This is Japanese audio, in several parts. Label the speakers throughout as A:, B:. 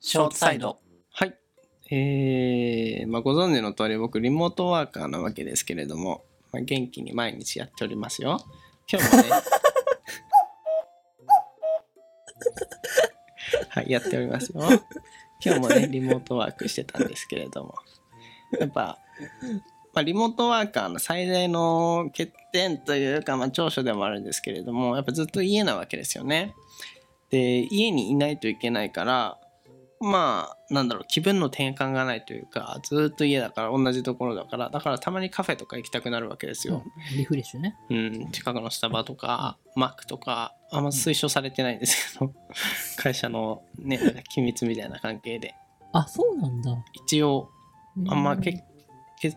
A: ショートサイド。
B: はい。えー、まあ、ご存知の通り僕、リモートワーカーなわけですけれども、まあ、元気に毎日やっておりますよ。今日もね。はい、やっておりますよ。今日もね、リモートワークしてたんですけれども。やっぱ、まあ、リモートワーカーの最大の欠点というか、まあ、長所でもあるんですけれども、やっぱずっと家なわけですよね。で、家にいないといけないから、まあなんだろう気分の転換がないというかずーっと家だから同じところだからだからたまにカフェとか行きたくなるわけですよ、
A: リフレッシュね。
B: うん、近くのスタバとかマックとかあんま推奨されてないんですけど 会社のねなんか機密みたいな関係で
A: あ、そうなんだ。
B: 一応あんま
A: うん
B: けけ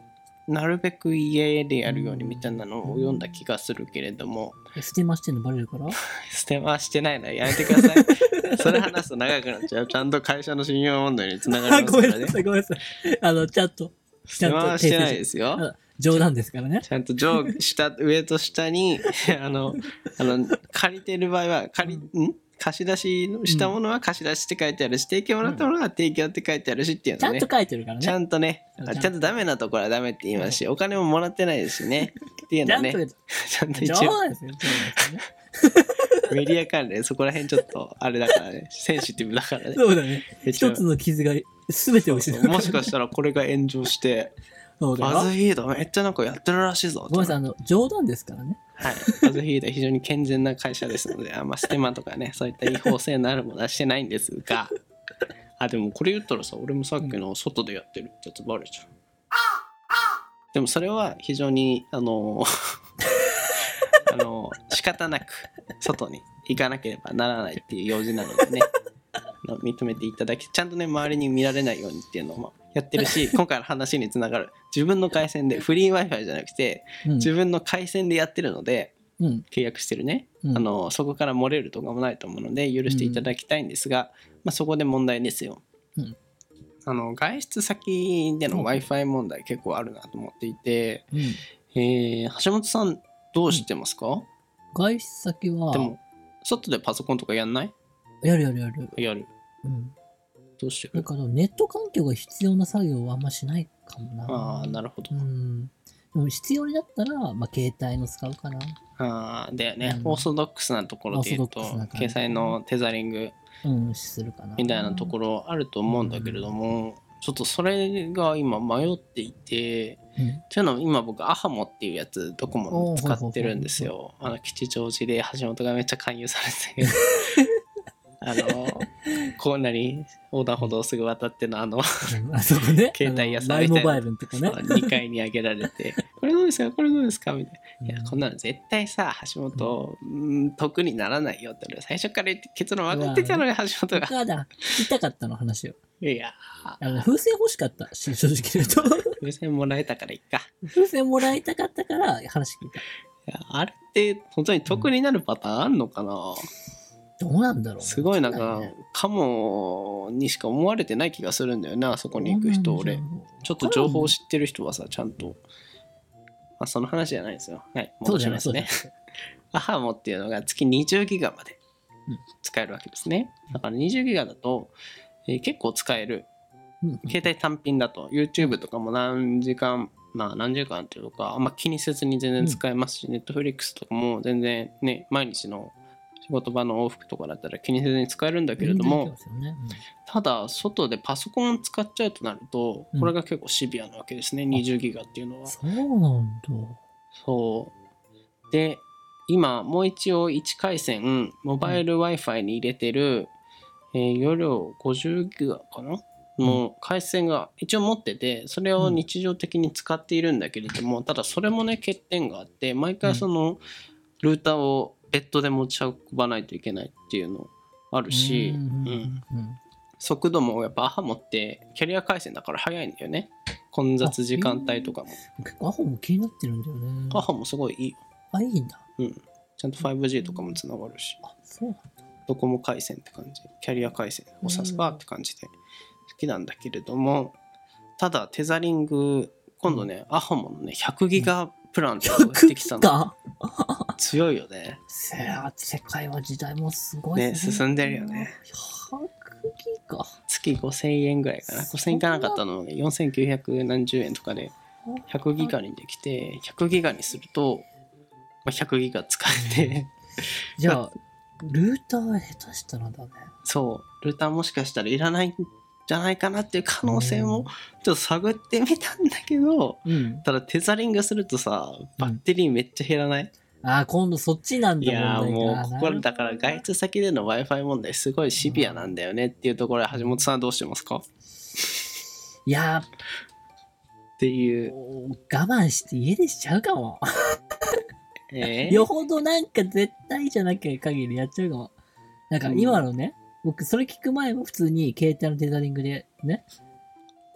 B: なるべく家でやるようにみたいなのを読んだ気がするけれども
A: えステマしてんのバレるから
B: ステマしてないなやめてくだ さいそれ話すと長くなっちゃうちゃんと会社の信用問題につな が
A: あ
B: りま
A: ご
B: すか
A: めん
B: らね
A: なさい、ごめんなさい。あの、ちゃんと、
B: ステマはしてないですよ
A: あ冗談ですからね。
B: ちゃんと上下上と下に あのあの借りてる場合は借りん貸し出ししたものは貸し出しって書いてあるし提供もらったものは提供って書いてあるしっていう
A: ちゃ
B: の
A: ん
B: ね
A: と書いてるからね。
B: ちゃんとね
A: うん
B: あちゃんとダメなところはダメって言いますしお金ももらってないですしねっていう
A: ち
B: の
A: ゃ
B: は
A: んと
B: ね
A: 書いて
B: ちゃんと
A: る。
B: 一
A: 冗
B: 応
A: 談ですよ。冗談ですよね
B: メディア関連そこら辺ちょっとあれだからねセンシティブだからね
A: そうだね。
B: 一応
A: 一つの傷が全てを失うから。
B: もしかしたらこれが炎上して
A: そうだよ
B: アズヒードめっちゃなんかやってるらしいぞ
A: ごめんなさい、あの、冗談ですからね。
B: はい。アズヒーダ非常に健全な会社ですので、あんまステマとかね、そういった違法性のあるものはしてないんですが、あ、でもこれ言ったらさ、俺もさっきの外でやってるってやつバレちゃう。でもそれは非常に、あの、あの、仕方なく外に行かなければならないっていう用事なのでね、あの認めていただき、ちゃんとね、周りに見られないようにっていうのもやってるし、今回の話につながる、自分の回線でフリー Wi-Fi じゃなくて、
A: うん
B: 自分の回線でやってるので
A: うん。
B: 契約してるね、
A: うん
B: あのそこから漏れるとかもないと思うので許していただきたいんですが、まあ、そこで問題ですよ、
A: うん
B: あの外出先での
A: うん
B: w i f i 問題結構あるなと思っていて、
A: うん
B: えー橋本さんどうしてますか、
A: 外出先は
B: で、も外でパソコンとかやんない
A: やるやるやる。
B: やる
A: うん。
B: どうして
A: だ
B: る
A: から、ネット環境が必要な作業はあんましないかもな。
B: ああなるほど、
A: うん。でも必要になったら、まあ、携帯の使うかな。
B: ああだよね、
A: うん
B: オーソドックスなところで言うと
A: オーソドックスな感じ
B: 掲載のテザリング
A: うん、するかな。
B: みたいなとこ
A: ろ。
B: ろあると思うんだけれども、ちょっとそれが今迷っていて
A: うん。
B: というのも今僕アハモっていうやつドコモの使ってるんです
A: お
B: よあの吉祥寺で橋本がめっちゃ勧誘されて あのこんなに横断歩道をすぐ渡ってのあの
A: うんあそこね。
B: 携帯屋さん
A: あの
B: み
A: ライ
B: たいな
A: モバイルのとこね。
B: 2階に上げられて「これどうですかこれどうですか?」みたいな「いやこん
A: な。
B: なの絶対さ橋本うん得にならないよ」って俺最初から言って結論分かってたのに橋本が
A: ただ、聞きたかったの話を。
B: 「いや
A: あの風船欲しかった、し正直言うと。
B: 風船もらえたからいっか」
A: 風船もらいたかったから話聞いた。
B: いやあれって本当に得になるパターンあんのかな、
A: どうなんだろうね
B: すごいなん
A: わ
B: か
A: ね
B: カモにしか思われてない気がするんだよねあそこに行く人
A: どうなん
B: 俺
A: でしょう
B: ちょっと情報を知ってる人はさちゃんと、まあ、その話じゃないですよはい
A: そう
B: 戻
A: じ
B: し
A: ゃな
B: ま
A: い、そ
B: す
A: うじゃな
B: ね
A: い。
B: アハモっていうのが月20ギガまで
A: うん
B: 使えるわけですねだから20ギガだと、えー結構使える
A: うん
B: 携帯単品だと YouTube とかも何時間まあ何時間っていうかあんま気にせずに全然使えますし、Netflix とかも全然ね毎日の仕事場の往復とかだったら気にせずに使えるんだけれども、
A: 人数いますよね
B: ただ外でパソコンを使っちゃうとなると
A: うん
B: これが結構シビアなわけですね、20ギガっていうの
A: う
B: は
A: んそうなんだ。
B: そうで今もう一応1回線モバイル w i f i に入れてる、えー容量50ギガかなの回線が一応持っててそれを日常的に使っているんだけれども、ただそれもね欠点があって毎回そのルーターを別途で持ち運ばないといけないっていうのあるし、
A: うんうん
B: うん
A: うん
B: 速度もやっぱアハモってキャリア回線だから早いんだよね混雑時間帯とかも
A: 結構アホも気になってるんだよね。
B: アハモすごいいいよ
A: あ、いいんだ。
B: ちゃんと 5G とかもつながるし
A: あ、そうなんだ。
B: ドコモ回線って感じキャリア回線を指すかって感じで好きなんだけれどもただテザリング今度ねアハモのね100ギガプランっていうのがやってきたの
A: か
B: 強いよね
A: せや世界は時代もすごい
B: ね進んでるよね
A: 100ギガ
B: 月月5000円ぐらいかな5000円いかなかったのが4900何十円とかで100ギガにできて100ギガにすると、まあ、100ギガ使えて
A: じゃあ、ルーターは下手したらだね。
B: そうルーターもしかしたらいらないんじゃないかなっていう可能性もちょっと探ってみたんだけど
A: うん。
B: ただテザリングするとさバッテリーめっちゃ減らない、
A: あー、今度そっちなん
B: い
A: だ
B: や
A: 問
B: ー
A: 題
B: も
A: が
B: うここだから外出先での w i f i 問題すごいシビアなんだよねっていうところで橋本さんはどうしてますか
A: いや
B: っていう
A: ー、もう我慢して家出しちゃうかも。
B: えー
A: よほどなんか絶対じゃなきゃ限りやっちゃうかも。なんか今のね、僕それ聞く前も普通に携帯のテザリングでね、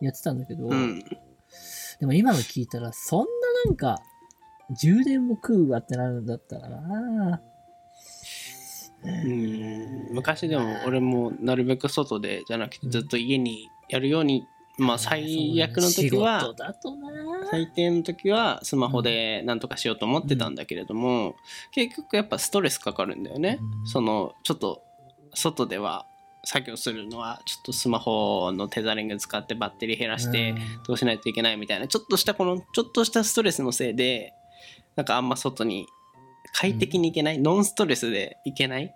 A: やってたんだけど、
B: うん
A: でも今の聞いたら、そんななんか、充電も食うわってなるんだったらな
B: うん昔でも俺もなるべく外でじゃなくてずっと家にやるように、まあ最悪の時
A: 仕事
B: は
A: だとな
B: 最低の時はスマホでなんとかしようと思ってたんだけれども、結局やっぱストレスかかるんだよね、
A: うん
B: そのちょっと外では作業するのはちょっとスマホのテザリング使ってバッテリー減らして、
A: うん
B: どうしないといけないみたいなちょっとしたこのちょっとしたストレスのせいでなんかあんま外に快適に行けない、ノンストレスで行けないっ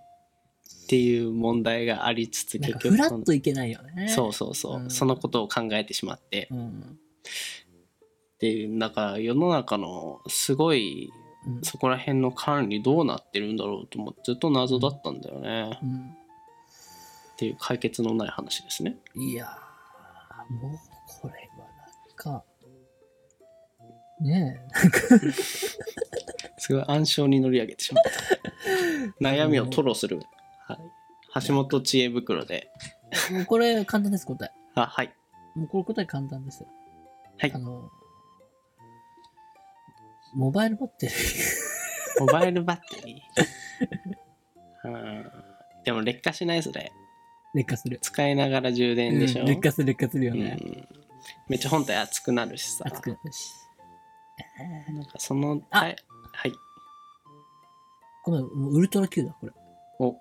B: ていう問題がありつつ
A: なん
B: 結
A: か
B: 局
A: フラ
B: そ
A: ッ
B: の
A: といけないよね。
B: そうそうそう、
A: うん
B: そのことを考えてしまって
A: う。うん。
B: っていうなんか世の中のすごい
A: うん。
B: そこら辺の管理どうなってるんだろうと思ってずっと謎だったんだよね
A: うん
B: っていう解決のない話ですね。
A: いやー、もうこれはなんか、ねえ、
B: すごい暗礁に乗り上げてしまった。 悩みを吐露する。はい、橋本知恵袋で。
A: もうこれ簡単です、答え。
B: あ、はい。
A: もうこれ答え簡単ですよ。
B: はい
A: あの、モバイル持ってる。
B: モバイルバッテリ ー。うんでも劣化しないそれ。
A: 劣化する。
B: 使いながら充電でしょ。
A: うん劣化する、劣化するよね。
B: うんめっちゃ本体熱くなるしさ。
A: 熱くなるし。
B: なんかその、
A: あ
B: はい。はい。
A: ごめん、もうウルトラ Q だ、これ。
B: お、
A: う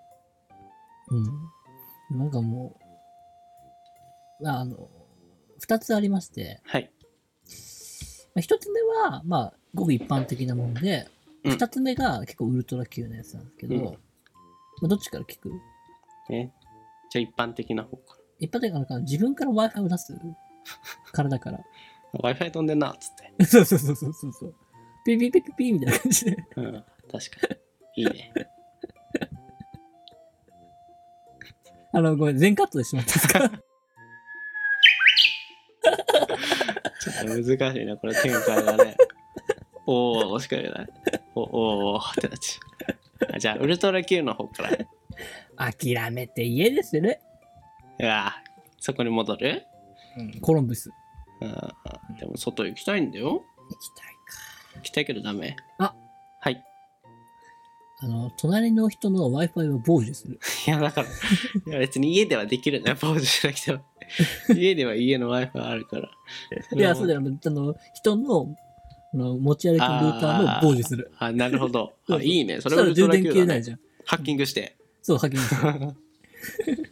A: ん。なんかもう、まあ、あの、二つありまして、
B: はい。
A: まあ、一つ目は、まあ、ごく一般的なもんで、
B: うん
A: 二つ目が結構ウルトラ級のやつなんですけど、
B: うん
A: まあ、どっちから聞く
B: ね。じゃあ一般的な方か
A: 一般的なのか自分から Wi-Fi を出す体から。
B: ら。Wi-Fi 飛んでんな、っつって。
A: そうそうそうそうそうそう。ピピピピピみたいな感じで。
B: うん。確かに。いいね。
A: あの、ごめん、全カットでしまったんですか
B: ちょっと難しいな、これ展開がね。おお、惜しくない。おおおーってなっちゃうあ。じゃあ、ウルトラ Q の方から。う
A: 諦めて家でする。
B: わそこに戻る
A: コロンブス。
B: あーでも外行きたいんだよ。
A: 行きたいか。
B: 行きたいけどダメ。
A: あ
B: はい。
A: あの、隣の人の Wi-Fi を傍受する。
B: いや、だから、いや別に家ではできるんだよ、ポーズしなくても。家では家の Wi-Fi あるから。
A: いや、そうだよ。あの、人の、あの持ち歩くルーターの傍受する。
B: あ、なるほど。
A: そうそ
B: あ
A: う
B: いいね。そ
A: そし
B: れ
A: たら
B: はウルト
A: 充
B: ラ
A: 電
B: Q
A: 切れ
B: だ
A: ない
B: ね。
A: じゃん。
B: ハッキン グして。
A: そう、ハッキングする。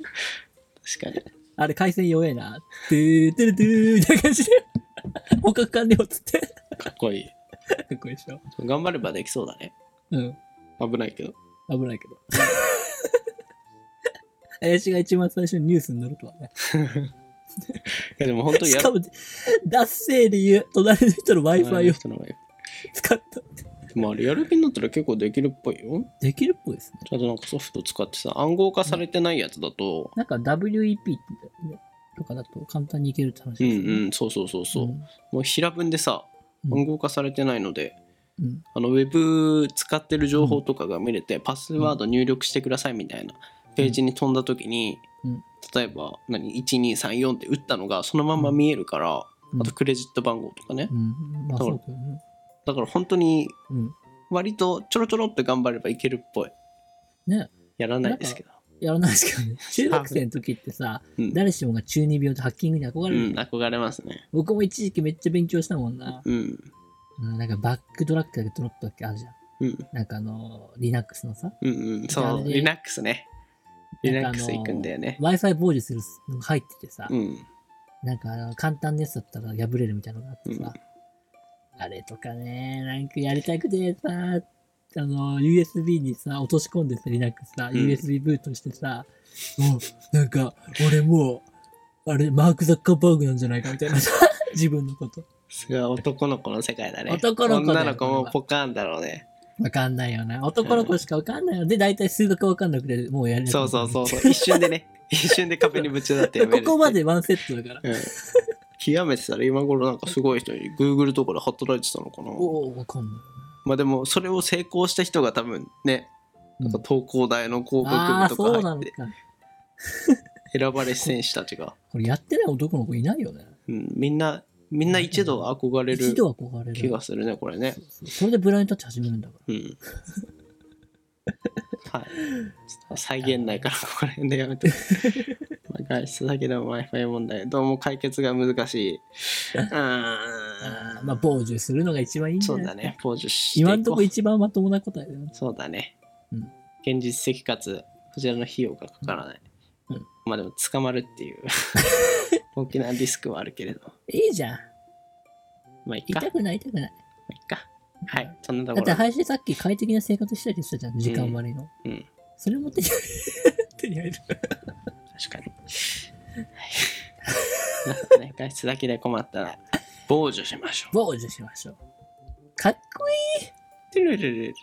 B: 確かに。
A: あれ、回線弱えな。トゥートゥルトゥーみたいな感じで。 捕獲完了っつって。か
B: かっこいい。
A: っこいいでしょ。
B: 頑張ればできそうだね。
A: うん。
B: 危ないけど。
A: 危ないけど。 林が一番最初にニュースになるとはね。
B: いやでも本当に
A: し
B: や
A: かも、脱せ理由、隣の人の Wi-Fi を
B: 人の Wi-Fi
A: 使った。
B: でもあれやる気になったら結構できるっぽいよ。
A: できるっぽいですね。
B: ちゃんとなんかソフト使ってさ、暗号化されてないやつだと、
A: なんか WEP ってとかだと簡単にいけるって話
B: うん
A: ですよね。
B: うん、そうそうそうそう。
A: ん
B: もう平文でさ、
A: うん
B: 暗号化されてないので、
A: うん
B: あのウェブ使ってる情報とかが見れて、パスワード入力してくださいみたいなページに飛んだ時に、
A: うん
B: 例えば何1234って打ったのがそのまま見えるから、
A: うん
B: あとクレジット番号とかね、
A: うん。まあ
B: だ
A: そ
B: から
A: うだよね。
B: だから本当に
A: うん。
B: 割とちょろちょろって頑張ればいけるっぽい
A: ね、
B: やらないですけど
A: やらないですけど ね。中学生の時ってさ、
B: うん、
A: 誰しもが中二病とハッキングに憧
B: う
A: れる。
B: ん、憧れますね
A: 僕も一時期めっちゃ勉強したもんな。
B: うん
A: うん、なんかバックドラッグだっけドロップだっけあるじゃん。
B: うん
A: なんかあの、Linux のさ、
B: うんうんそ
A: あ
B: う
A: れで
B: Linux ねリ
A: なんか
B: ラ
A: あ
B: ッ
A: の
B: クス行くんだよね。
A: Wi-Fi 傍受するのが入っててさ、
B: うん。
A: なんかあの簡単なやつだったら破れるみたいなのがあってさ、あれとかね、なんかやりたくてさ、あの、USB にさ、落とし込んでさ、Linux さ、
B: うん
A: USB ブートしてさ、もう、なんか、俺もう、あれ、マーク・ザッカーバーグなんじゃないかみたい なさ、自分のこと。
B: すごい男の子の世界だね。
A: 男の子だよ
B: 女の子もポカーンだろうね。
A: わかんないよね。男の子しかわかんないよ。で、大体数学わかんなくて、もうやれない。
B: そうそうそうそう。一瞬 でね。一瞬で壁にぶち当たってやめ
A: こ
B: る。
A: こまでワンセットだから。
B: うん。極めてたら今頃なんかすごい人に Google とかで働いてたのかな。
A: おお、わかんない。
B: まあでもそれを成功した人が多分ね、
A: うん
B: なんか東工大の広告
A: ああ
B: 部
A: ー、
B: と
A: そう
B: か
A: な
B: 入っ
A: のか
B: て。選ばれし選手たちが、
A: これやってない男の子いないよね。
B: うん、みんなみんな一度憧れ
A: 一
B: る
A: 度は憧れる。
B: 気がするねこれね
A: そ。うそうそれでブラインドタッチ始めるんだから。
B: うん。はい。ちょっと再現ないから、ここら辺でやめて。まあ外出だけでも Wi-Fi 問題。どうも解決が難しい。う
A: あ
B: ー
A: ー
B: ん。
A: まあ、傍受するのが一番いいんじゃ
B: そ
A: な
B: う
A: い
B: だね。ポーズしていこ う
A: 今んとこ一番まともな答えだよね。
B: そうだね。
A: うん
B: 現実的かつ、こちらの費用がかからない。
A: うん
B: まあでも、捕まるっ ていう大きなリスクはあるけれど。
A: いいじゃん。
B: まあ、いっか。ま
A: 痛くない痛くない。
B: あいっか。はい。そんなと
A: だっ
B: こ
A: て
B: ろ。
A: 配信さっき快適な生活したりしてたじゃん。時間割の。
B: うん。
A: それも手に入る。手に入る。
B: 確かに。皆さんね、外出だけで困ったら、 傍受しましょう。
A: 傍受しましょう。かっこいい。
B: てるるるるる